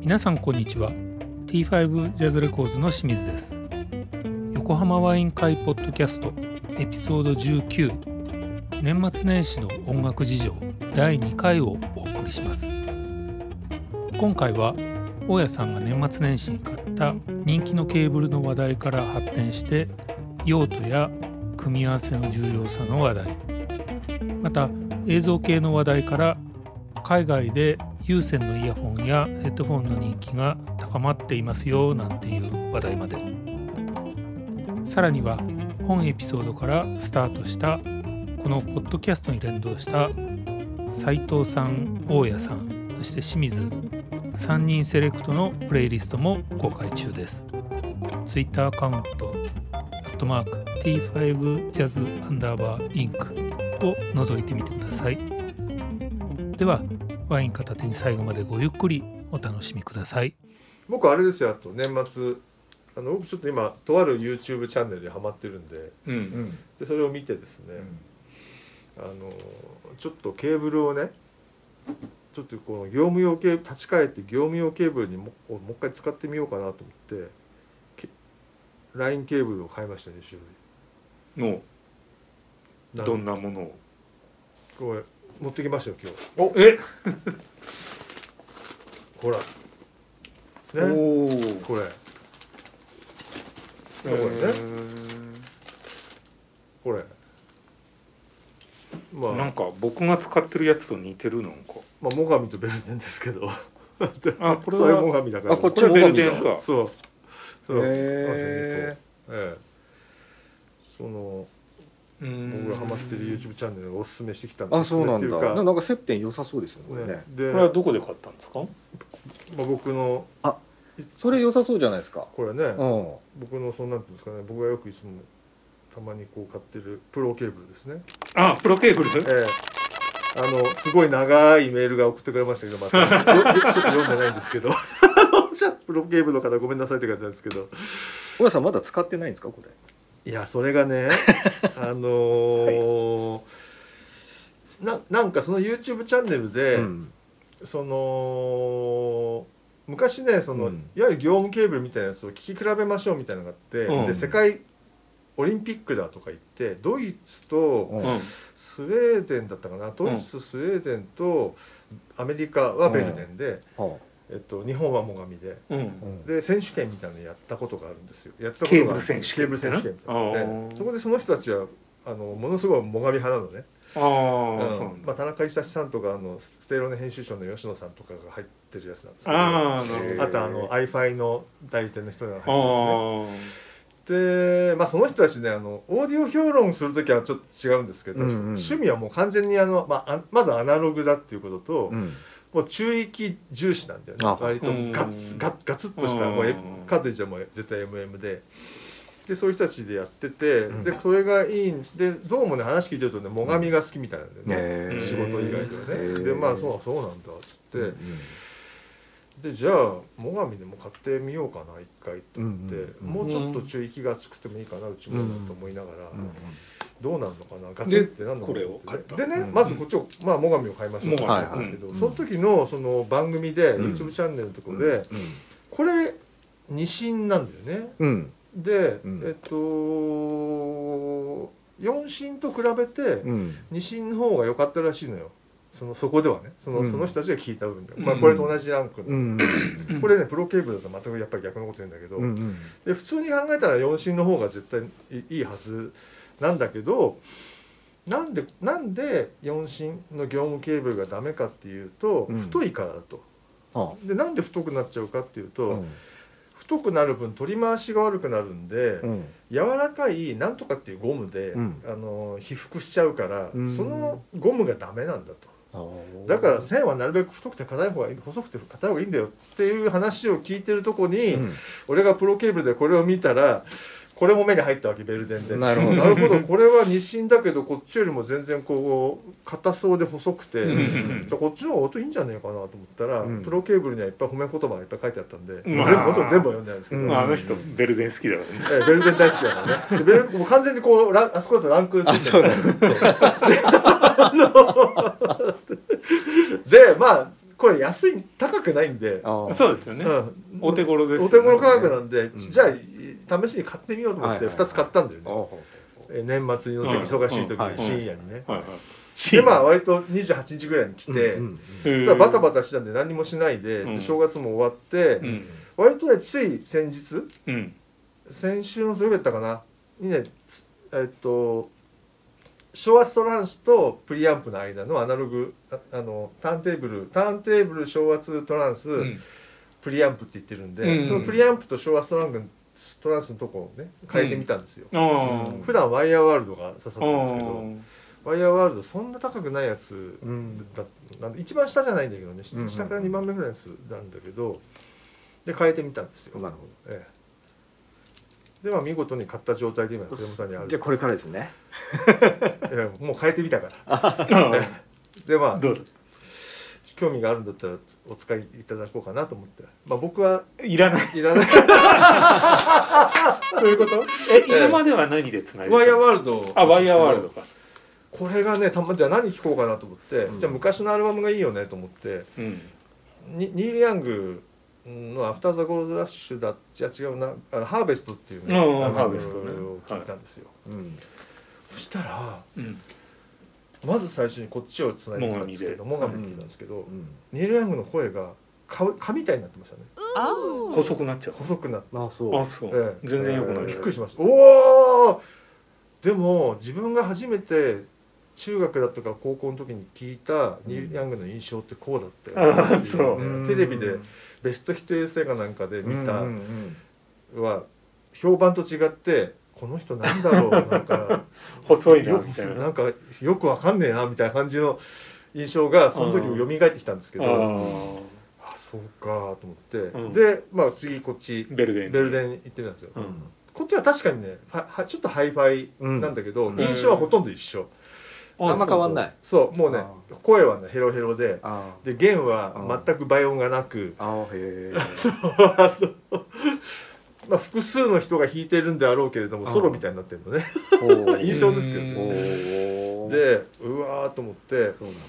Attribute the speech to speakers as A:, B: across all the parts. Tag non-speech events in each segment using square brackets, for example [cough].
A: 皆さんこんにちは T5 ジャズレコーズの清水です横浜ワイン会ポッドキャストエピソード19年末年始の音楽事情第2回をお送りします今回は大家さんが年末年始に買った人気のケーブルの話題から発展して用途や組み合わせの重要さの話題また映像系の話題から海外で有線のイヤホンやヘッドフォンの人気が高まっていますよなんていう話題までさらには本エピソードからスタートしたこのポッドキャストに連動した斉藤さん大家さんそして清水3人セレクトのプレイリストも公開中です Twitter アカウントアットマーク T5Jazz アンダーバーインクを覗いてみてくださいではワイン片手に最後までごゆっくりお楽しみください
B: 僕あれですよあと年末あの僕ちょっと今とある YouTube チャンネルでハマってるんで
C: うん
B: でそれを見てですね、あのちょっとケーブルをねちょっとこの業務用ケーブル立ち返って業務用ケーブルにもをもう一回使ってみようかなと思ってけラインケーブルを買いましたね種
C: の
B: 類
C: どんなものを
B: これ持ってきましたよ今日
C: おえ
B: ほら
C: お
B: ね
C: お
B: これ
C: こ
B: れねこれまあ
C: なんか僕が使ってるやつと似てるなんか
B: まあ最上とベルデンですけど
C: あこれ
B: それ最
C: は
B: 上だから
C: あこっちはベルデン
D: これ
C: か
B: そうそう
D: へ
B: ええその
C: う
B: 僕
C: ん
B: がハマってる YouTube チャンネルをおすすめしてきたん
D: ーあそうな
B: おす
D: ん
B: すめ
D: だ
B: ってい
D: な
B: う
D: なんか接点良さそうですよねこれ
B: かね
D: ね
B: で
C: これはどこで買ったんですか
B: まあ、僕の
D: それ良さそうじゃないですか
B: これね
D: うん
B: 僕のそのなんていうんですかね僕がよくいつもたまにこう買ってるプロケーブルですね
C: あプロケーブル
B: ええあのすごい長いメールが送ってくれましたけどまた
D: [laughs]
B: よちょっと読んでないんですけどあのじゃあプロケーブルの方ごめんなさいって感じなんですけど
D: 小屋さんまだ使ってないんですかこれ
B: いやそれが
D: [laughs]
B: ねあのーななんかその YouTube チャンネルで、
D: うん
B: その昔ねその、
D: うん
B: いわゆる業務ケーブルみたいなやつを聞き比べましょうみたいなのがあって、
C: うん
B: で世界オリンピックだとか言ってドイツと
D: うん
C: うん
B: スウェーデンだったかなドイツとスウェーデンとアメリカはベルデンで、
D: は
B: えっと、日本は最上で
C: う
D: あうんん
B: で選手権みたいなのやったことがあるんですよやったことが
C: ケーブル選手権
B: ケーブル選手権みたいなの
C: あ
B: で
C: ー
B: そこでその人たちはあのものすごい最上派なのね
C: ああそう
B: う
C: なんん
B: ま
C: だ
B: あ、田中久志さんとかあのステレオの編集長の吉野さんとかが入ってるやつなんですけどあ
C: あーなるほど
D: へー
B: とあの iFi の代理店の人が入って
C: あ
B: ま
C: ー
B: すねで、まあ、その人たちねあのオーディオ評論する時はちょっと違うんですけど、
D: うんうん
B: 趣味はもう完全にあの、まあ、あまずアナログだっていうことと、
D: うん
B: もう中域重視なんだよね
D: あ
B: 割と
C: うん
B: ガツガガツッとした
C: うん
B: もうえカートリッジはもう絶対 MM で。でそういう人たちでやってて、
D: ん
B: でそれがいいんでどうもね話聞いてるとね最上が好きみたいなんだよね、
D: ね
B: 仕事以外ではね、
D: ー
B: でまあそうそうなんだっつって、
D: うん
B: でじゃあ最上でも買ってみようかな一回と思って、
D: うんうんうん
B: もうちょっと注意気がつくてもいいかなうちもなと思いながら、どうなんのかなガチッてなんのかな
C: で
B: と思って
C: これを買った
B: でね、
D: うん
B: まずこっちを、まあ、最上を買いましょうと
C: 最
D: 上
B: なんですけど、
D: はいはい
B: その時のその番組で、
D: うん
B: YouTube チャンネルのところで、
D: うん
B: これ二進なんだよね
D: うん
B: で、
D: うん
B: えっと四進と比べて、
D: うん
B: 二進の方が良かったらしいのよそのそこではねその,、
D: うん
B: その人たちが聞いた部分で、
C: うん
B: まあ、これと同じランクの、
D: うん
C: うん
B: これねプロケーブルだと全くやっぱり逆のこと言うんだけど、
D: うんうん
B: で普通に考えたら四進の方が絶対いいいはずなんだけどなんでなんで四進の業務ケーブルがダメかっていうと、
D: うん
B: 太いからだと。
D: は
B: でなんで太くなっちゃうかっていう
D: あ
B: と、
D: うん
B: 太くなる分取り回しが悪くなるんで、
D: うん
B: 柔らかいなんとかっていうゴムで、
D: うん
B: あの被覆しちゃうから、
D: うん
B: そのゴムがダメなんだと。
D: あー
B: だから線はなるべく太くて硬い方がいい細くて硬い方がいいんだよっていう話を聞いてるとこに、
D: う
B: 俺がプロケーブルでこれを見たらこれも目に入ったわけベルデンで
D: んなるほど
B: なるほどこれは日清だけどこっちよりも全然こう硬そうで細くて、
D: うん
B: じゃあこっちの方が音いいんじゃねえかなと思ったら、
D: うん
B: プロケーブルにはいっぱい褒め言葉がいっぱい書いてあったんで、
C: ん
B: まあ全部もちろん全部は読んでないんですけど、
D: うん
C: まああの人ベルデン好きだからね
B: ええベルデン大好きだからねでベルもう完全にこうランあそこだとランク
D: あそう
B: [laughs] であのでまあこれ安い高くないんで、
D: あー
C: そうですよね。
B: うん
C: お手頃ですよ
B: お手
C: ね。
B: 頃価格なんで、
D: ん
B: じゃあ試しに買ってみようと思っ
D: はい
B: て
D: はい
B: 2つ買ったんだよね、
D: あー
B: え年末の
C: うん
B: 忙しい時
D: は
B: に
D: い
B: 深夜にね、
C: はいはい。
B: でまあ割と28日ぐらいに来て、
D: うんうん
C: うん
B: ただバタバタしてたんで何もしないで,で、
C: うん
B: 正月も終わって、
C: うん
B: 割とねつい先日
C: うん
B: 先週の土曜日だったかなにねつえっと昭和ストランスとプリアンプの間のアナログああのターンテーブルターンテーブル昭和2トランス、
C: うん
B: プリアンプって言ってるんで、
C: うん
B: そのプリアンプと昭和ストラングストランスのとこをね変えてみたんですよ、
C: あー
B: 普段ワイヤーワールドが刺さってるんですけ
C: あ
B: ど
C: ー
B: ワイヤーワールドそんな高くないやつ
D: うん
B: だなんで一番下じゃないんだけどね
D: うんう
B: 下
D: ん
B: 下から2番目ぐらいのやつなんだけどで変えてみたんですよ、
D: なるほ
B: ええ、では見事に買った状態で今鶴山さんにあ
D: ど
B: る
D: じゃあこれからですね
B: ええもう変えてみたから
C: あ
B: でま
C: ー
B: あ
C: どうぞ
B: 興味があるんだったらお使いいただこうかなと思って、まあ、僕はい
C: らない。
B: いらないそういうこと
C: え今までは何でつないでた
B: ワイヤー
C: の？
B: ワールド
C: あワイヤーワールドか。
B: これがねたまじゃあ何聴こうかなと思って、
D: うん
B: じゃあ昔のアルバムがいいよねと思って
C: うん
B: ニニール・ヤングの「アフター・ザ・ゴールド・ラッシュだ」じゃ違うなあの「ハーベスト」っていうね
C: ああ
B: アルバ
C: ハー
B: ム
C: ベストね
B: を聴いたんですよ、
D: うん
B: そしたら
C: うん
B: まず最初にこっちをつないできたんですけどモガミで聞いたんですけど、
D: うん
B: ニール・ヤングの声がか蚊みたいになってましたね
C: 細くなっちゃう。
B: 細くなって、
D: あそう
C: あそう
B: ええ
C: 全然良くない
B: びっくりしましたおおでも自分が初めて中学だったか高校の時に聞いたニール・ヤングの印象ってこうだって、
C: ああそう
B: ねテレビでベストヒット衛星かなんかで見た
D: うんうん
B: は評判と違ってこの人なんだ
C: [laughs]
B: ろうなんか
C: 細いな
B: よ
C: みたいな。
B: なんかよくわかんねえなみたいな感じの印象がその時蘇ってきたんですけ
C: あ
B: ど
C: ー
B: あそうかと思って、
C: うん
B: で、まあ、次こっち
C: ベルデ
B: ベ
C: ン。
B: ルデン行ってみたんですよ、
C: う
D: うん
C: ん
B: こっちは確かにねははちょっとハイファイなんだけど、
D: うん
B: 印象はほとんど一緒、
D: あんま変わんない
B: そうもうね声はねヘロヘロで
D: あ
B: で弦は全く倍音がなく、
D: あーへえ
B: まあ、複数の人が弾いてるんであろうけれども
D: うん
B: ソロみたいになってるのね
D: [laughs] おー
B: 印象ですけど
C: うん
D: おー
B: でうわーと思って
D: そうなんだ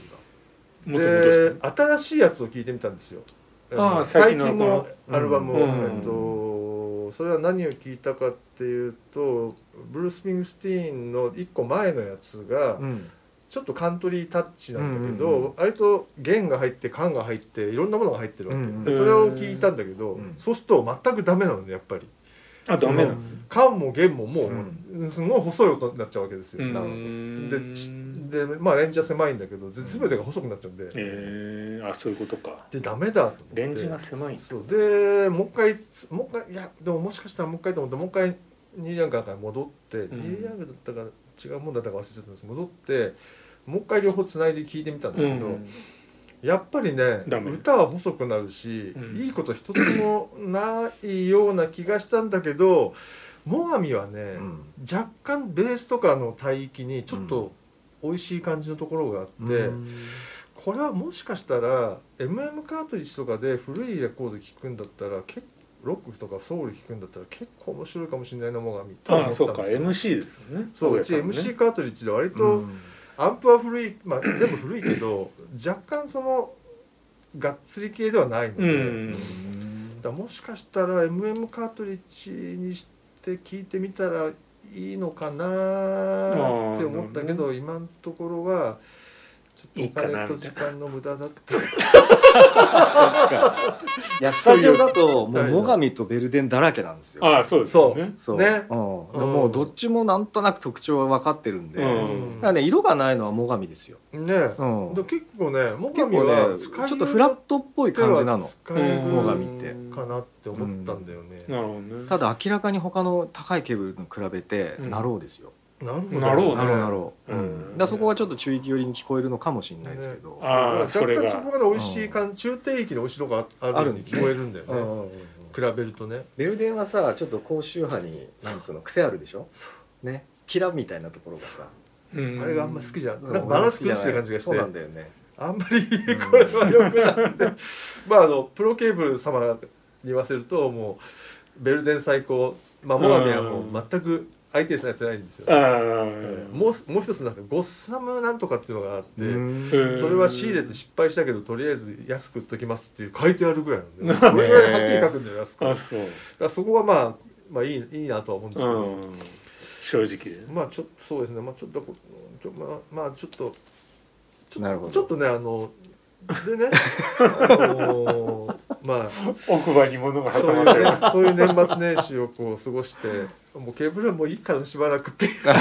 C: もっと戻して
B: で新しいやつを聴いてみたんですよ
C: あー
B: の
C: 最
B: 最
C: 近の
B: 近のアルバムを、
C: うん
B: えっと、それは何を聴いたかっていうとブルース・スリングスティーンの1個前のやつが
D: うん
B: ちょっとカントリータッチなんだけど、
D: うんうんうん
B: 割と弦が入って管が入っていろんなものが入ってるわけ、
D: うんうん
B: でそれを聞いたんだけど、
D: うん
B: そうすると全くダメなのねやっぱり
C: あダメなの。
B: 管も弦ももう、
D: う
B: すごい細い音になっちゃうわけですよ、
C: うん
B: なる
C: うん
B: でちでまあレンジは狭いんだけどぜ全てが細くなっちゃうんで、
C: えーあそういうことか。
B: でダメだと思って
C: レンジが狭いんです。
B: そうでもう一回つもう一回いやでももしかしたらもう一回と思ってもう一回ニューリアングから戻って、
C: ん
B: ニューリアングだったか違うもんだったか忘れちゃったんです戻ってもう一回両方つないで聞いてみたんですけど、
C: うん
B: やっぱりね
C: ダメ
B: 歌は細くなるし、
C: うん
B: いいこと一つもないような気がしたんだけど最上はね、
D: うん
B: 若干ベースとかの帯域にちょっと美味しい感じのところがあって、
D: うん
B: これはもしかしたら MM カートリッジとかで古いレコード聴くんだったら結構ロックとかソウル聴くんだったら結構面白いかもしれないな最上と思
C: あ
B: ったんです
C: そ
B: よ
C: うか MC ですよね。
B: そううち
C: 大家さん
B: MC
C: ね。
B: カートリッジで割と、
D: うん
B: アンプは古い、まあ、全部古いけ
D: [coughs]
B: ど若干そのがっつり系ではないので、
C: うん
B: だからもしかしたら MM カートリッジにして聞いてみたらいいのかなーって思ったけど今のところはちょっとお金と時間の無駄だって
D: いやスタジオだともう最上とベルデンだらけなんですよ。
C: あそうですよね。
D: そう、
B: ね
D: うん、
B: うん
D: もうどっちもなんとなく特徴は分かってるんで、
C: う
D: だ
C: ん
D: からね色がないのは最上ですよ。
B: ね
D: うん、
B: で
D: 結
B: 結構ね最
D: 構
B: 上は
D: ね
B: 使
D: ちょっとフラットっぽい感じなの。
B: 使える
C: うん
D: 最上って
B: かなって思ったんだよね、
C: なるほどね。
D: ただ明らかに他の高いケーブルに比べて
C: うん
D: なろうですよ。
B: なるほど
C: なろうね
D: なろうなろう。
C: う
D: うんんだからそこはちょっと中域寄りに聞こえるのかもしれないですけど。
C: ねあ
B: だ
C: ー
B: から
C: それが
B: 若干そこがね美味しい感じ中低域のお城があるように聞こえるんだよね
D: うんうんうん
B: 比べるとね
D: ベルデンはさちょっと高周波になんつうの癖あるでしょ。ねキラみたいなところがさ。
C: うん
B: あれがあんま好きじゃん
D: う
B: なんかバランス崩してる感じがして
D: そうなんだよね。
B: あんまりこれは良くなくて [laughs] まああのプロケーブル様に言わせるともうベルデン最高まあモガミはもう全く ITS のやってないんですよ、
C: あ
B: えー
C: あ
B: もうもう一つなんかゴッサムなんとかっていうのがあって、
D: うん
B: それは仕入れて失敗したけどとりあえず安く売っときますっていう書いてあるぐらいなんで
C: なる
B: こ
C: ほど
B: れぐらいはっきり書くんだよ安くだ
C: あ
B: か
C: そう
B: らそこはまあまあいいいいなとは思うんですけど、
C: うん正直でね
B: まあちょっとそうですねまあちょっとこちょまあまあちょっとちょ
D: なるほど
B: ち
D: [laughs]
B: ょっとねあので
C: [laughs]
B: ねあのまあ
C: 奥歯に物が
B: そう
C: 挟
B: い
C: ま
B: う
C: ってる
B: ねそういう年末年始をこう過ごしてもうケーブルはもういいからしばらくっていう [laughs]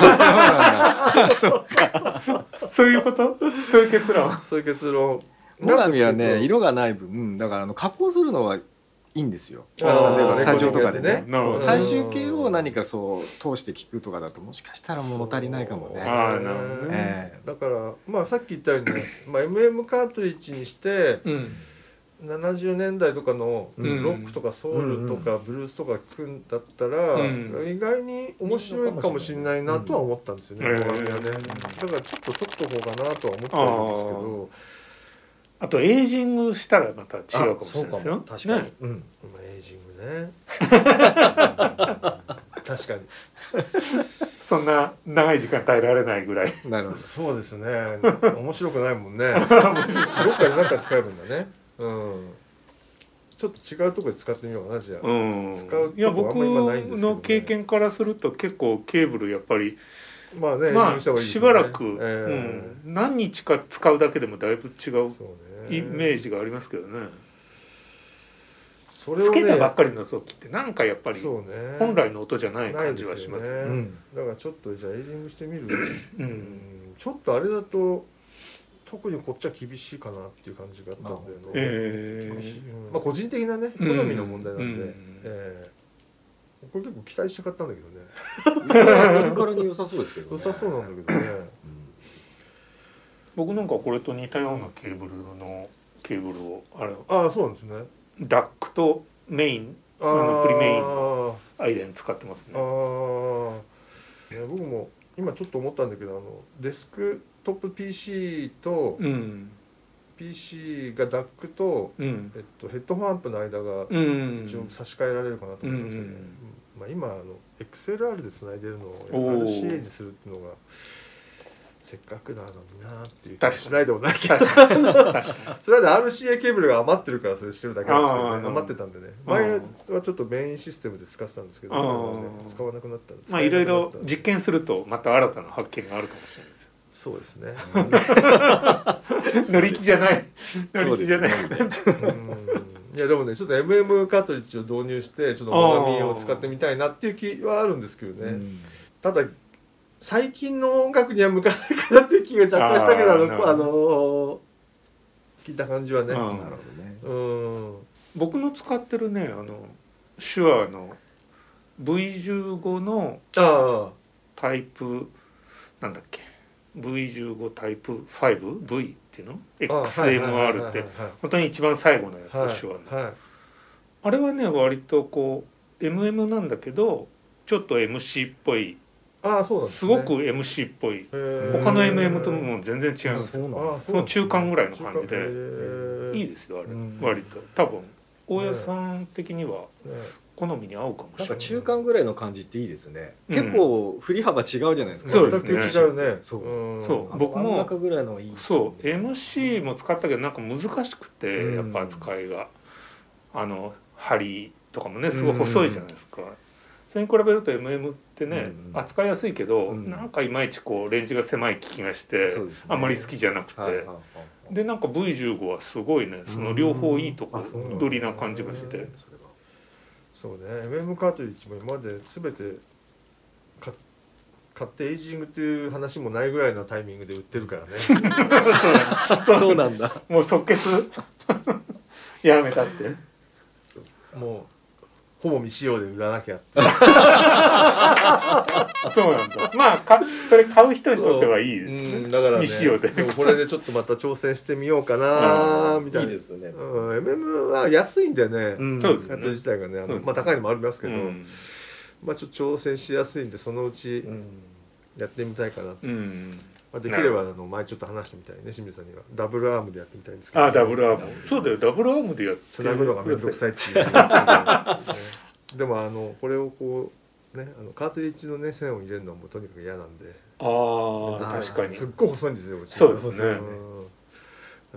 C: そういうことそういう結論
B: そういう結論
D: モ
B: な
D: ナ
B: んです
D: ミ
B: けど
D: はね色がない分だからあの加工するのはいいんですよ例え
B: あ
C: ー
D: ばスタジオとかでね
C: なるほど
D: 最終形を何かそう通して聞くとかだともしかしたら物足りないかも
B: そう
D: ね
C: あーなるほどね
D: え
B: だからまあさっき言ったようにね、まあ、MM カートリッジにして
C: うん
B: 70年代とかのロ
C: うん
B: ックとかソウルとかブルースとか聞くんだったら、
C: うん
B: 意外に面白いかもしれないなとは思ったんですよね、
C: うん
B: この番組はね
C: うん
B: だからちょっと取っとこうかなとは思っ
C: あとエイジングしたらまた違うかもしれないです
D: あそうかも
C: よ
D: 確かに
C: ね
B: たんですけど、うんまあ、エイジングね確かに
C: そんな長い時間耐えられないぐらい
D: えなるほど
B: そうですね。面白くないもんね。どっかで何か使えばいいんだね。うん。ちょっと違うところで使ってみようかなじゃあ。
C: うん
B: 使うとこ
C: いや僕
B: あんま今ないんですけどね
C: の経験からすると結構ケーブルやっぱり
B: まあね、
C: ま
B: 入した方が
C: あ
B: いいです
C: し
B: よね
C: ばらく
B: え
C: うん何日か使うだけでもだいぶ違
B: え
C: う
B: そうね。
C: イメー。ジがありますけどね
B: それ
C: つ
B: を
C: け
B: ね、
C: たばっかりの時ってなんかやっぱり
B: そうね。
C: 本来の音じゃない
B: ない
C: 感
B: で
C: じ
B: よ
C: は
B: ね
C: しますよ
B: う
C: ね
B: んだからちょっとじゃあエイジングしてみる。う
C: う
B: んん。ちょっとあれだと特にこっちは厳しいかなっていう感じがあったんだよね。
C: え
B: 厳しい
C: え
B: うんまあ個人的なね、好みの問題なんで。
C: うん
B: ええこれ結構期待したかったんだけどね。
D: 見からに良さそうですけどね
B: 良さそうなんだけどね。
C: 僕なんかこれと似たようなケーブルのケーブルをあれ
B: ああそうなんですね。
C: ダックとメイン
B: あ
C: あのプリメイン
B: あ
C: 間に使ってます
B: あ
C: ね
B: ー、ね、僕も今ちょっと思ったんだけどあのデスクトップ PC と
C: うん
B: PC がダックと、
C: うん
B: えっと、ヘッドホンアンプの間が
C: うん
B: 一応差し替えられるかなと思ってますよね。
C: うん
B: まあ、今あの XLR でつないでるのを
C: おー
B: RCA にするっていうのがせっかくなのになっていう気
C: 確か
B: が
C: に
B: しないでもないけど
C: 確かに
B: それはね RCA ケーブルが余ってるからそれしてるだけなんですけ
C: あ
B: ど、
C: ー
B: ね、余ってたんでね
C: あ
B: 前
C: ー
B: はちょっとメインシステムで使ってたんですけど、
C: あ
B: 今
C: ー
B: はね使わなくなったら
C: まあ
B: 使え
C: いろい
B: なくなっ
C: ろ
B: たんで
C: 実験するとまた新たな発見があるかもしれない
B: そうです
C: [laughs]
B: ね
C: です乗り気じゃない乗
D: そう
C: り気じ
D: です
C: ゃない
D: ね
B: うんいやでもねちょっと MM カートリッジを導入してちょっとモナミを使ってみたいなっていう気はあるんですけど
D: う
B: ね、
D: ん
B: ただ最近の音楽には向かないかなっていう気が若干したけどあの
C: あーなるほど
B: あのー聞いた感じはね
C: うん
D: なるほどね
B: うん
C: 僕の使ってるねあの手話の V15 の
B: あ
C: タイプなんだっけ V15 タイプ 5V っていうの
B: あ
C: XMR って本当に一番最後のやつ、
B: はい
C: 手話の
B: はいはい
C: あれはね割とこう MM なんだけどちょっと MC っぽい
B: ああそうなんですす、
C: ご
B: ね、
C: く MC っぽい
B: 他
C: 他の MM とも全然違うんですよ
D: う
B: ああ
C: その中間ぐらいの
B: そう
C: 感じでいい
B: い
C: ですよあれ
D: うん
C: 割と多分大家さん的には好みに合うかも
D: なん
C: しれ
D: か
C: ない
D: 中間ぐらいの感じっていいですね、
C: うん
D: 結構振り幅違うじゃないですか
C: そうですね
B: 全く違うね
D: そう
B: うん
C: そう
D: あの
C: 僕も
D: 真ん中ぐらいのいい
C: そう MC も使ったけどなんか難しくて、
D: うん
C: やっぱ扱いがあの針とかもねすごい細いじゃないですか、それに比べると MM ってね、
D: うん
C: 扱いやすいけど、
D: うん
C: なんかいまいちこうレンジが狭い気がして、
D: そうですね
C: あんまり好きじゃなくて、
D: はいはいはいはい
C: でなんか V15 はすごいねその両方いいとこ
D: あそうなんだ
C: 取りな感じがして
D: それが
B: そうね MM カートリッジも今まで全てか買ってエイジングっていう話もないぐらいなタイミングで売ってるからね
C: [laughs]
D: [laughs] そうなんだ
C: もう即決 [laughs] やめたって
B: もうほぼ未使用で売らなきゃって
C: そうなんだまあかそれ買う人にとってはいいですね
B: うんだからね
C: 未使用で
B: もこれでちょっとまた挑戦してみようかなみたいな
D: すよね
B: うん、MM は安いんだよね、
D: うん
C: そうです
B: カ
C: ね
B: ートリッジ自体がねあ
C: そう
B: の、
C: ですね
B: まあ、高いのもありますけど、
C: うん
B: まあちょっと挑戦しやすいんでそのうち
D: うん
B: やってみたいかな
C: うん
B: まあ、できればあの前ちょっと話してみたいね清水さんにはダブルアームでやってみたいんですけど
C: あダブルアームそうだよダブルアームでやって
B: つなぐのが面倒く
C: い
B: [laughs] さいっていうでもあのこれをこうねあのカートリッジのね線を入れるのはもうとにかく嫌なんで
C: あ
D: あ
C: あ
D: ー
C: 確かに
B: すっごい細いんですようち
C: そうですね
B: んだか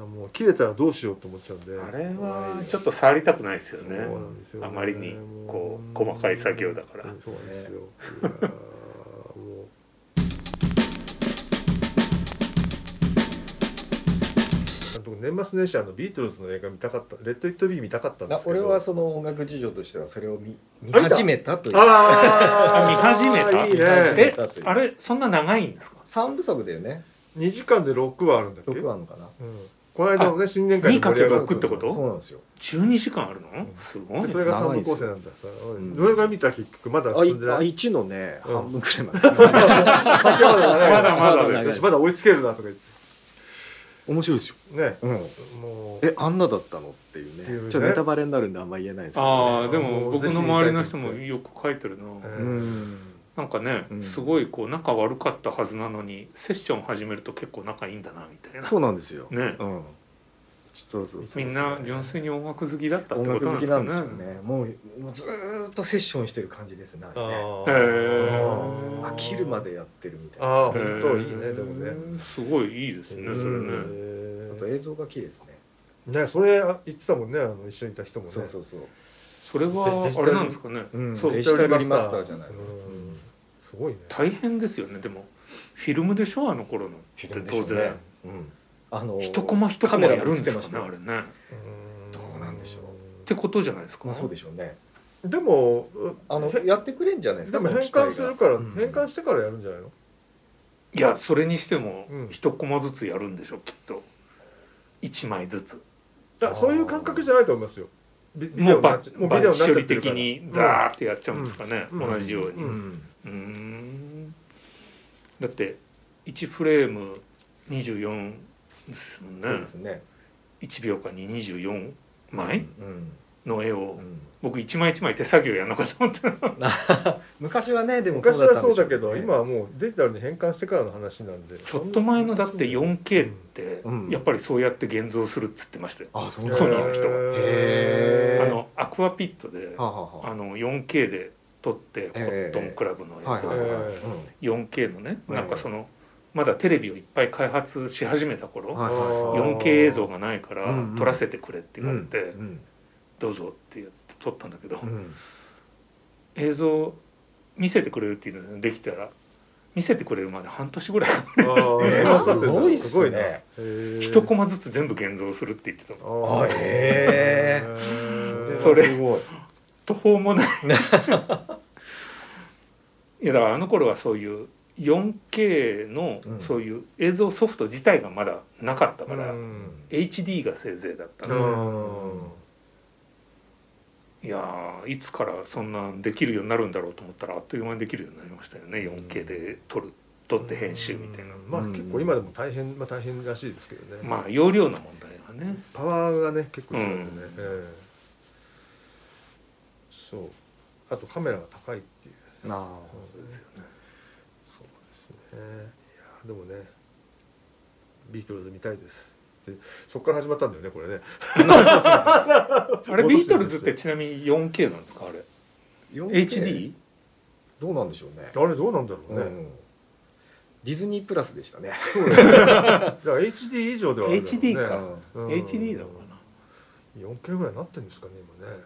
B: らもう切れたらどうしようと思っちゃうんで
C: あれはちょっと触りたくないですよね
B: そうなんですよね
C: あまりにこう
B: も
C: 細かい作業だから
B: うんそうなんですよ、いやーもう僕年末年始あのビートルズの映画見たかった「レッド・イット・ビー」見たかったんで
D: あ
B: すけど
D: 俺はその音楽事情としてはそれを見見
B: あ見た
D: 始めたという
B: あー
C: 見始めた
B: いい
D: 見始
B: ね
D: め
C: え
D: たという
C: あれそんな長いんですか
D: 三部作だよね
B: 2時間で6話あるんだっけ、
D: 六
B: うん、
D: 話あんのかな
B: この間のね新年会で盛り上が
C: 2かけ6ってこと
D: そうそうそうそうなんですよ
C: 12時間あるのすご
B: で
C: いね
B: それが3部構成なんださ、うん、どれぐらい見たら結局まだ
D: あい
B: 進んでな
D: あ
B: い
D: 一のね、
B: うん
D: 半分くらいまで
B: 先ほどの長い
C: まだまだ
D: です
B: 私まだ追いつけるなとか言って
D: 面白いですよ、
B: ね
D: うん、
B: もう
D: えあんなだったのっていうね
B: っていうね
D: ちょっとネタバレになるんであんま言えないですけど、ね、
C: ああでも僕の周りの人もよく書いてるな、
B: え
D: うん
C: なんかね、
D: うん
C: すごいこう仲悪かったはずなのにセッション始めると結構仲いいんだなみたいな
D: そうなんですよ、
C: ね
D: うんそうそうそう
C: みんな純粋に音楽好きだったってこ
D: 音
C: と
D: 楽
C: なんです
D: 好きな
C: か
D: ん
C: ね
D: ですよねもうもうずーっとセッションしてる感じですねあれね
B: あ
C: へ
B: ー
C: ー
D: 飽きるまでやってるみたいな
B: ああ
C: へー
B: 本当いいねでもね
C: すごいいいですねそれね
B: へ
D: あと
B: ー
D: 映像が綺麗ですね
B: ねそれあ言ってたもんねあの一緒にいた人もね
D: そうそうそう、
C: それは
B: デジタ
C: あ
B: ル
C: れなんですかね
D: うん、
B: そう
D: デジタルリマスターじゃない、
B: うんすごいね
C: 大変ですよねでもフィルムでしょあの頃のって当然、
D: うん、あの
C: 一コマ一コ
D: カ
C: マ
D: メラ
C: や
D: も
C: るん
D: 映って
C: で
D: ますし
C: か
D: た
C: ね
D: ね
C: あれね
B: ど
D: どうなんでしょう
C: ってことじゃないですか、
D: まあそうでしょうね
B: うでもう
D: あの
B: へ
D: やってくれんじゃないです
B: で
D: か
B: も
D: その
B: 変
D: 機械
B: 換
D: が
B: するから
D: うん
B: 変換してからやるんじゃないの
C: いやそれにしても
B: うん
C: 一コマずつやるんでしょきっと一枚ずつ
B: だそういう感覚じゃないと思いますよビビデ
C: も
B: オ
C: う
B: にな
C: バ
B: っ
C: ッ
B: ちゃ
C: も
B: も
C: う
B: う
C: バ
B: ビ
C: ッ
B: デオになっちゃ
C: 処
B: って
C: 理
B: る
C: 的
B: から
C: にザーってやっちゃうんですかね、
B: うん
C: 同じように
B: う
C: うんーんだって1フレーム24ですもん
D: そう
C: ね
D: ですね
C: 1秒間に24枚
D: うん
C: の絵
D: う
C: を
D: ん
C: 僕一枚一枚手作業やんのかと思って
D: 昔はねでも
B: 昔はそうだけ
D: う
B: ど
D: ね
B: 今はもうデジタルに変換してからの話なんで
C: ちょっと前のだって 4K っ
D: うん
C: てやっぱりそうやって現像するっつってましたよ、
D: あそう
C: ソニ
D: な
C: ー
D: ん
C: の
D: だ
C: 人が
D: へー
C: あのアクアピットで、
D: はあはあは
C: あの 4K で撮って、
D: ええ
C: コットンクラブの
D: あ
C: や
D: はい
C: つを、
D: はいはい
B: え
C: 4K のね、
D: え
C: なんかそのまだテレビをいっぱい開発し始めた頃、
D: はいはいはい
C: 4K 映像がないから
D: うんうん
C: 撮らせてくれって言われて、
D: うん
C: どうぞって言って撮ったんだけど、
D: うん
C: 映像見せてくれるっていうのができたら見せてくれるまで半年ぐらい
D: [laughs] す
B: す
D: ごいっすね
C: 一コマずつ全部現像するって言ってたの
D: あへー
C: それ
D: すごい
C: 途方もないいやだからあの頃はそういう 4K の
D: うん
C: そういう映像ソフト自体がまだなかったから、
B: うん、
C: HD がせいぜいだった
B: う
C: の、
B: ん
C: いやーいつからそんなんできるようになるんだろうと思ったらあっという間にできるようになりましたよね 4K で撮る撮って編集みたいな、
B: まあ結構今でも大変、まあ、大変らしいですけどね、
C: まあ容量の問題がね
B: パワーがね結構違うんでね、
C: う
B: ええそうあとカメラが高いっていう
D: なあ
B: そう
C: ですよね
B: ですねいやでもねビートルズ見たいですでそこから始まったんだよねこれね
C: あれビートルズってちなみに 4K なんですかあれ
B: [laughs]
D: 4K
C: HD?
D: どうなんでしょうね
B: あれどうなんだろうね、
D: うんディズニープラスでしたね
B: そうだよねだから HD 以上ではあるだろうね
C: HD か
B: うん
C: HD なのかな
B: 4K ぐらいになってるんですかね今ね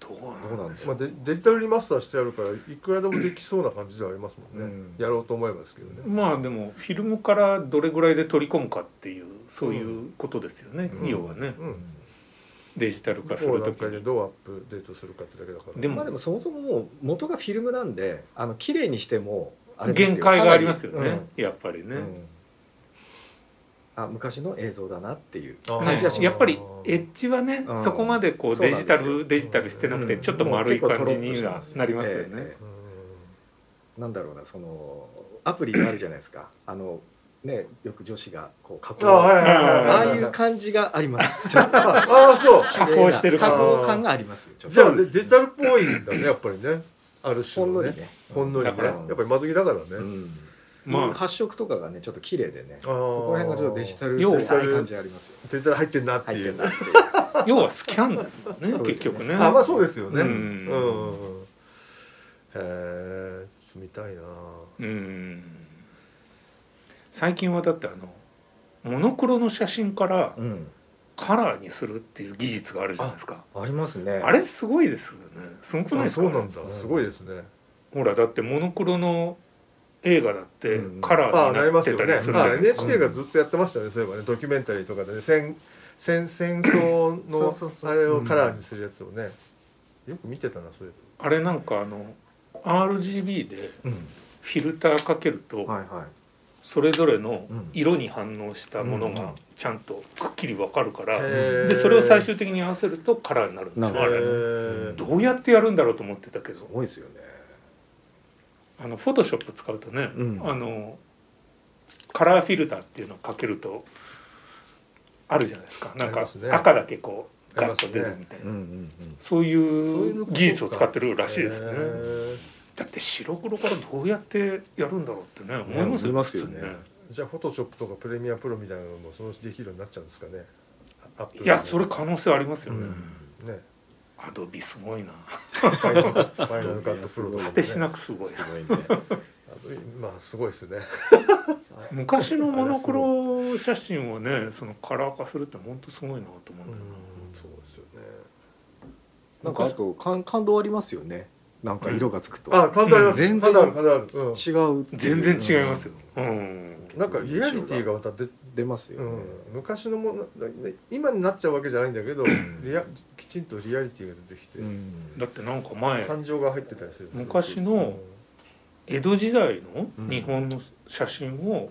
C: ど
D: ど
C: う
D: う
C: な
D: なん
C: で
D: んで
C: し
D: し
C: ょ
B: まあ、デデジタルリマスターしてあるからいくらでもできそうな感じではありますもんね、
D: うん
B: やろうと思えばですけどね
C: う、まあでもフィルムからどれぐらいで取り込むかっていうそういうことですよね、
D: うん
C: 要はね
B: うん、
C: デジタル化す
B: どこ
C: る
B: を
C: と
B: 段
C: き
B: 階で
C: に
B: どうアップデートするかってだけだから
C: でも
D: まあでもそもそももう元がフィルムなんであの綺麗にしてもあれですよ
C: 限界がありますよ
D: かなり
C: ね、やっぱりね、
D: うんうんあ昔の映像だなっていう
B: あー
D: 感じはします
C: やっぱりエッジはね、
D: うん
C: そこまでこう
D: そう
C: デ
D: なん
C: ジ
D: ですよ
C: タルデジタルしてなくて
B: うん
C: ちょっと丸い感じに
D: もう結構トロッとして
C: は
D: ます
C: なりますよね、
D: ええ
B: うん
D: なんだろうなそのアプリがあるじゃないですかあのねよく女子がこう
B: あ
D: 加
B: ーはい
D: 工
B: はいはい
D: ああ
B: はい
D: いう感じがありますちょっと
B: ああそう
C: 加工してる
D: 加
C: 感
D: 工感がありますよちょっと
B: じゃあデデジタルっぽいんだねやっぱりねある種
D: ほん
B: の
D: のり
B: ね
D: ね
B: ほんのりね
C: だから
B: やっぱり窓際だからね、
D: うん
C: まあ
D: 発色とかがねちょっと綺麗でね
B: あー
D: そこら辺がちょっとデジタル
C: 要は
D: デジタル感じありますよ
B: デジタル入ってんなって
D: 入っ
B: い
D: て
B: う
D: るなっていう
C: 要はスキャンですもんね
D: そうですね
C: 結局ね
B: あまあそうですよね
C: う
B: うんん、うんうんへえー、見たいな
C: うん最近はだってあのモノクロの写真から
D: うん、
C: カラーにするっていう技術があるじゃないですか
D: ありますね。
C: あれすごいですよねすごくない
B: あ
C: ですか
B: そうなんだ、
D: うん
B: すごいですね
C: ほらだってモノクロの映画だって
D: うん
C: カ
B: あ
C: ラ
B: あなり
C: ーにな
B: ま
C: っ
B: す
C: て
B: よ
C: た
B: ね
C: りするじゃないですか、
D: あ
B: まあ NHK がずっとやってましたねそういえばねドキュメンタリーとかでね戦戦戦争
D: そ
B: の
D: うそうそう
B: あれをカラーにするやつをねよく見てたなそうい
C: あれなんかあの RGB で
D: うん、
C: フィルターかけると
D: はいは
C: それぞれの
D: うん
C: 色に反応したもの
D: うん
C: がちゃんとくっきりわかるから、
B: えば
C: でそれを最終的に合わせるとカラーになるんですよ
D: な
C: あ
D: る
C: れ
D: ほ
B: え
C: どうやってやるんだろうと思ってたけ
D: い。す
C: ど
D: ごいですよね。
C: あのフォトショップ使うとね、
D: うん
C: あのカラーフィルターっていうのをかけるとあるじゃないですかなん
B: あり
C: か
B: ますね
C: 赤だけこう
B: あり
C: ガ
B: ま
C: ッ
B: す
C: と
B: ね
C: 出るみたいな、
D: うんうんうん。
C: そうい
B: そういう
C: う
B: ことか
C: 技術を使ってるらしいですね、
B: え
C: だって白黒からどうやってやるんだろうってね思いますよ,、
D: 思いますよね
C: 普
B: ーじゃあフォトショップとかプレミアプロみたいなのもそのうちできるようになっちゃうんですかねアップル
C: 通ねいやそれ可能性ありますよね、
B: ね
C: アドビすごいな
B: ファイナルファイナルカットプロと
C: [laughs]
B: か
C: 果
B: も
C: てし
B: ね
C: なくすごい
D: すごいね。
B: あのまあすごいです
C: [laughs]
B: ね
C: 昔のモノクロ写真をねそのカラー化するって本当すごいなと思うんだよな
B: そうですよね
D: なんかあと感感動ありますよね。なんか色がつくと。
B: あ簡単あります
D: 全
B: 簡
D: 然
B: 単ある簡単あるうん
D: 違うっていう。
C: 全然違いますよ、うん
B: なんかリアリティがまた出
D: 出ますよ
B: う
D: ね。
B: ん、昔のものだね今になっちゃうわけじゃないんだけどリアきちんとリアリティが出てきて、
D: うん
C: だってなんか前
B: 感情が入ってたりする
C: 昔
B: そ
C: の
B: うそう
C: 江戸時代の
D: うん
C: 日本の写真を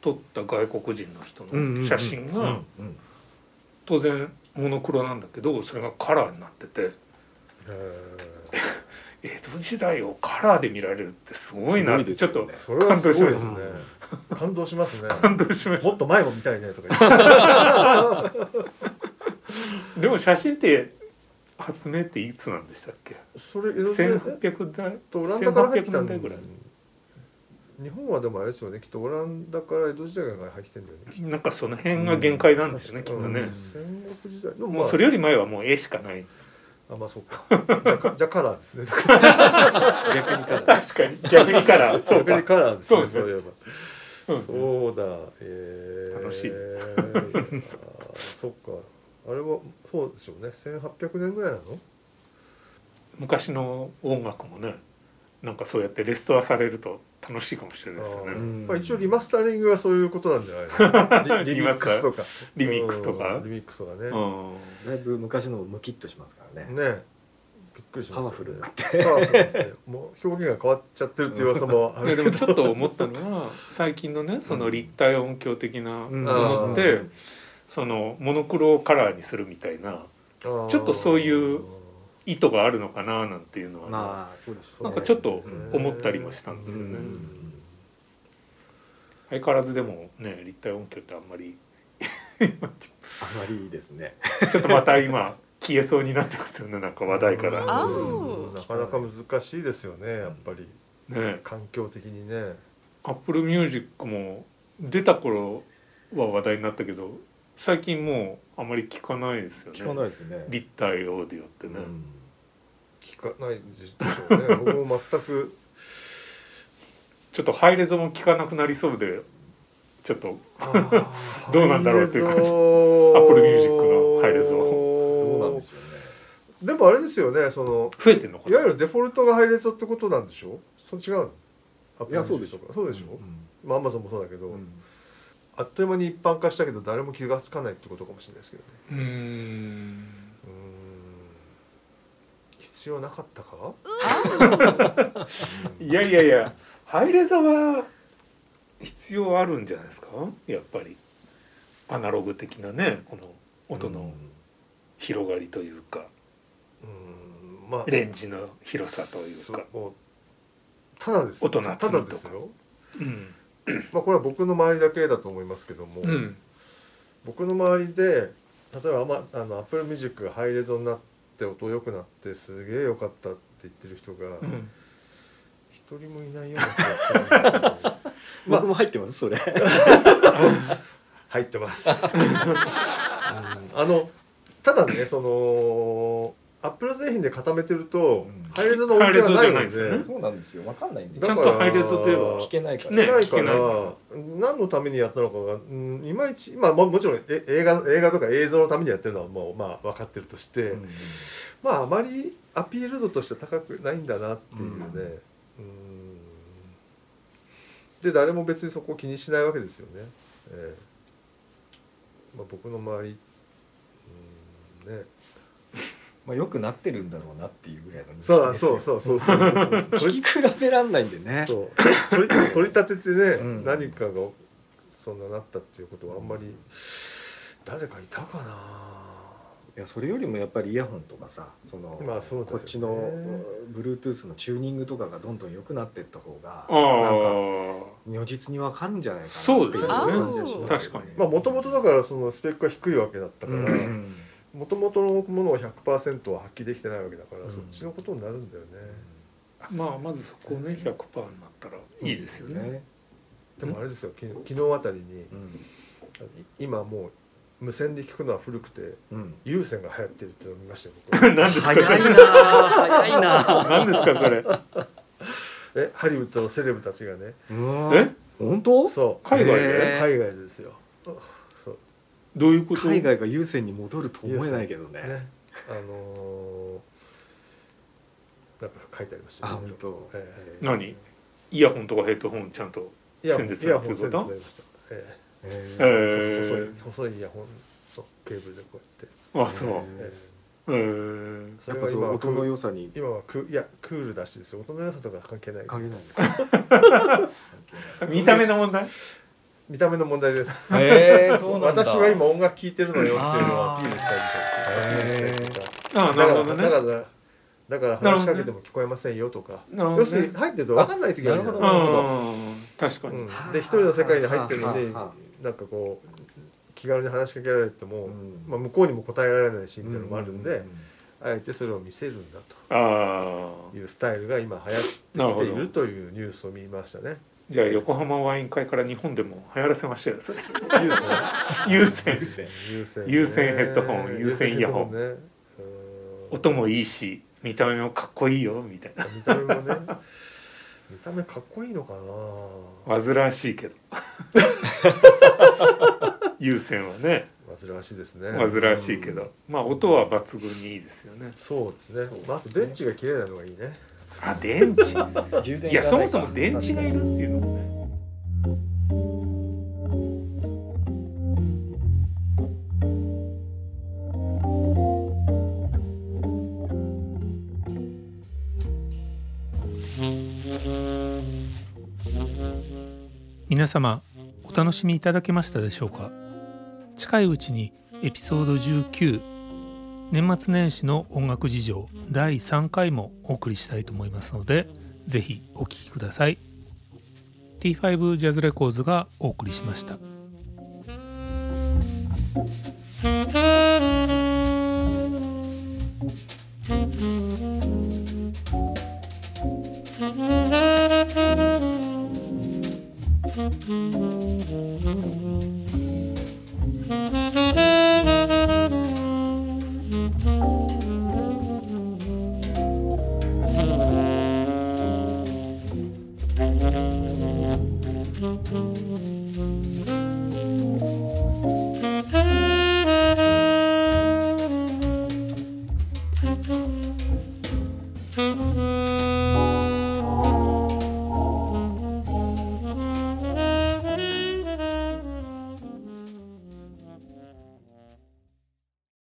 C: 撮った外国人の人
D: うんうんうん
C: の写真
D: う
C: が
D: んうん
C: 当然モノクロなんだけどそれがカラーになってて
B: そうへ
C: 江戸時代をカラーで見られるってすごいなってち
D: す
C: ょっ
D: ごい
C: と
D: で
B: ー
D: す
B: それはすごいですね
D: 感
B: 感動
D: 動し
B: しますね
C: [laughs] 感動しまし
B: もっと前も見たいねとか言って
C: たでも写真って発明っていつなんでしたっけ
B: それ江戸時代
C: 1800代
B: とオランダから入ってき
C: 1800
B: たん
C: 年
B: だ
C: 代ぐらい
B: 日本はでもあれですよねきっとオランダから江戸時代が入ってきてんだよねきっ
C: なんかその辺が限界なんですよね、き
B: と
C: っ
B: う
C: と
B: ん
C: ね、
B: 戦国時代の
C: もうそれより前はもう絵しか
B: [laughs]
C: ない
B: あまあそうかじゃあかじゃあカラーですね
D: 逆にから。
C: 確かに逆にカラー [laughs] そう
B: 逆
C: か
B: に [laughs] カラーですね
C: そうですね
B: そういえば
C: うん
B: そうだ、えー、
C: 楽しい
B: あーそっかあれはそうでしょうね1800年ぐらいなの
C: 昔の音楽もねなんかそうやってレストアされると楽しいかもしれないですよ
B: あー
C: ね
B: まあ、一応リマスタリングはそういうことなんじゃない
C: [laughs]
B: のリリミックスとか
C: リミックスとか
B: うんリミックスとかね、
C: うん
D: だいぶ昔のもムキッとしますからね。
B: ねびっくりしま
D: パ
B: す
D: ワフルになって。
B: パワフルでもう表現が変わっちゃってるっていう噂もあ
C: いや
B: る
C: でもちょっと思ったのは最近のねその立体音響的なものって、
D: うん
C: そのモノクロをカラーにするみたいな
B: ちょ
C: [laughs] ちょっとそういう意図があるのかななんていうのはね、
D: まあそうですね。
C: なんかちょっと
D: うん
C: 思ったりもしたんですよね、
D: うん
C: 相変わらずでもね立体音響ってあんまり [laughs]
D: あまりいいですね。
C: ちょっとまた今消えそうになってますよねなんか話題か
B: う
C: ら、
E: あ
B: んなかなか難しいですよねやっぱり
C: ね
B: 環境的にね
C: アップルミュージックも出た頃は話題になったけど最近もうあまり聞かないですよね
D: 聞かないですね。
C: 立体オーディオってね、
D: うん
B: 聞かないでしょう
C: [laughs]
B: ね僕も全く
C: ちょっとハイレゾも聞かなくなりそうでちょっとど
B: ど
C: うなんだろうっていう感じ
B: ア
C: Apple Music の配
B: [laughs]
C: 列
D: どうなん
B: を
D: ですよね。
B: でもあれですよねその
C: 増えてんのか
B: いわゆ
C: な
B: るデフォルトが配列ってことなんでしょそう違うの
D: いやそうでしょ
B: Apple Music とかそうでしょ、
D: うん
B: まあアマゾンもそうだけど、
D: うん
B: あっという間に一般化したけど誰も気がつかないってことかもしれないですけどね
C: うーん
B: うーん必要なかったか
C: いやいやいやハイレゾは必要あるんじゃないですかやっぱりアナログ的なねこの音の広がりというか、
B: うーんまあ
C: レンジの広さという
B: そう
C: か、
B: ただですよ
C: 音の厚
B: た
C: みと
B: だ
C: か
B: ですよ
C: うん
B: まあこれは僕の周りだけだと思いますけども、
C: うん
B: 僕の周りで例えば、まあ、あの Apple Music がハイレゾになって音良くなってすげえ良かったって言ってる人が
C: うん、
B: 一人もいないような気がするんだけ
C: [laughs]
B: どまあ
D: 僕も入ってますそれ。
B: 入ってますうんあのただねそのアップル製品で固めてると、
D: うん
B: ハイレゾの音源はない
C: ハ
B: の
C: イレゾじゃない
B: で
C: です
D: そうなんですよわかんないんで
C: ちゃ
B: だ
C: ん
B: から
C: とハイレゾといえば
D: 聞けないから、
C: ね
B: ないか
C: 聞け
B: ら何のためにやったのかが、うん、いまいち今ももちろんえ映画映画とか映像のためにやってるのはもうまあ分かってるとして、
D: うん
B: まああまりアピール度として高くないんだなっていうね、
D: うん
B: うんで誰も別にそこを気にしないわけですよね、ええまあ、僕の周り、うん、ね
D: まあ、よくなってるんだろうなっていうぐらいの認識
B: そう
D: です
B: そ
D: よ
B: うそうそうそうそうそうそう
D: 聞き比べらんないんでね
B: そう取り取り立ててね、
D: うん
B: 何かがそんななったっていうことはあんまり誰かいたか
D: いやそれよりもやっぱりイヤホンとかさその、
B: なまあそうだよね
D: こっちのうん Bluetooth のチューニングとかがどんどん良くなっていった方が
C: ああ
D: 如実にわかるんじゃないかな
C: そうです
D: ってい
E: ね
D: 感じがしますよね
C: 確かに
B: まあもともとだからそのスペックが低いわけだったか
D: うん
B: らもともとのものを100%は発揮できてないわけだから、
D: うん
B: そっちのことになるんだよね、
C: まあまずそこね100%になったらいいですよね。
B: でもあれですよき昨日あたりに
D: うん
B: 今もう無線で聞くのは古くて
D: うん
B: 有線が流行ってるっていうのを見ましたよ
D: [laughs]
B: 僕
C: 何です
D: 早
C: か
D: いな早いな
C: 何ですかそ
D: [laughs]
C: れ。
B: えハリウッドのセレブたちがね
C: え
D: 本当
B: そう
C: 海外
D: へ
B: で
D: ー
B: 海外ですよそう
C: どういうこと？
D: 海外が優先に戻ると思えないけどね
B: ね、あのー、なんか書いてありました
D: あ
B: ね。
D: 本当、
B: ええ
C: 何？イヤホンとかヘッドホンちゃんと。
B: イヤホン
C: 先日
B: イヤホン
C: そうい
B: 先日
C: うこと
B: やりました。え
C: え
D: えー
B: え
C: ー、
B: 細い細いイヤホンそうケーブルでこうやって。
C: あそう。
B: ええ
C: えー、
B: そ
D: や
B: れ
D: っぱ
B: は
D: そ
B: 今
D: の
B: は
D: 音の
B: ク
D: 良さに
B: 今はクいやクールだしですよ。音の良さとか関係ない。 [laughs]
D: 関係ない
C: 見た目の問題。
B: 見た目の問題
D: [laughs]
B: です。
D: ええ
B: 私は今音楽聴いてるのよっていうのをアピールしたいみたいです。
C: ああ
B: だか
C: なる
B: ら
C: ほど
B: だ
C: ね。
B: からだから話しかけても聞こえませんよとか。
C: なるほ
B: 要
C: ど
B: する
C: ね
B: に。入ってると分かんない時あるじゃ
D: あ
B: な
D: ないるほど
C: うん確かに。
B: うん、で一人の世界に入ってるのに
D: はあはあは
B: なんかこう気軽に話しかけられても、
D: うん
B: まあ、向こうにも答えられないしみたいなのもあるんで、あえてそれを見せるんだ
C: ああ
B: というスタイルが今流
C: な
B: 行っ
C: るほ
B: てきてい
C: ど
B: る。というニュースを見ましたね。
C: じゃあ横浜ワイン会から日本でも流行らせましたよ。それ
B: 優先
C: 優先。
B: 優先
C: 有線ヘッドホン有線イヤホ
B: 有
C: ン
B: 線ヘッド
C: 音
B: ホンね
C: もいいし見た目もかっこいいよみたいな。
B: うん見た目もね見た目かっこいいのかな
C: 煩わしいけど。優先はね
B: 煩わしいですね
C: 煩わしいけど、まあ音は抜群にいいですよね。
B: そうですね
D: そうですね
B: まず電池が綺麗なのがいいね
C: あ [laughs] 電池。
D: 充電
C: いやそもそも電池がいるっていうのもね。
A: 皆様お楽しみいただけましたでしょうか近いうちにエピソード19年末年始の音楽事情第3回もお送りしたいと思いますのでぜひお聴きください T5 ジャズレコーズがお送りしました
F: 「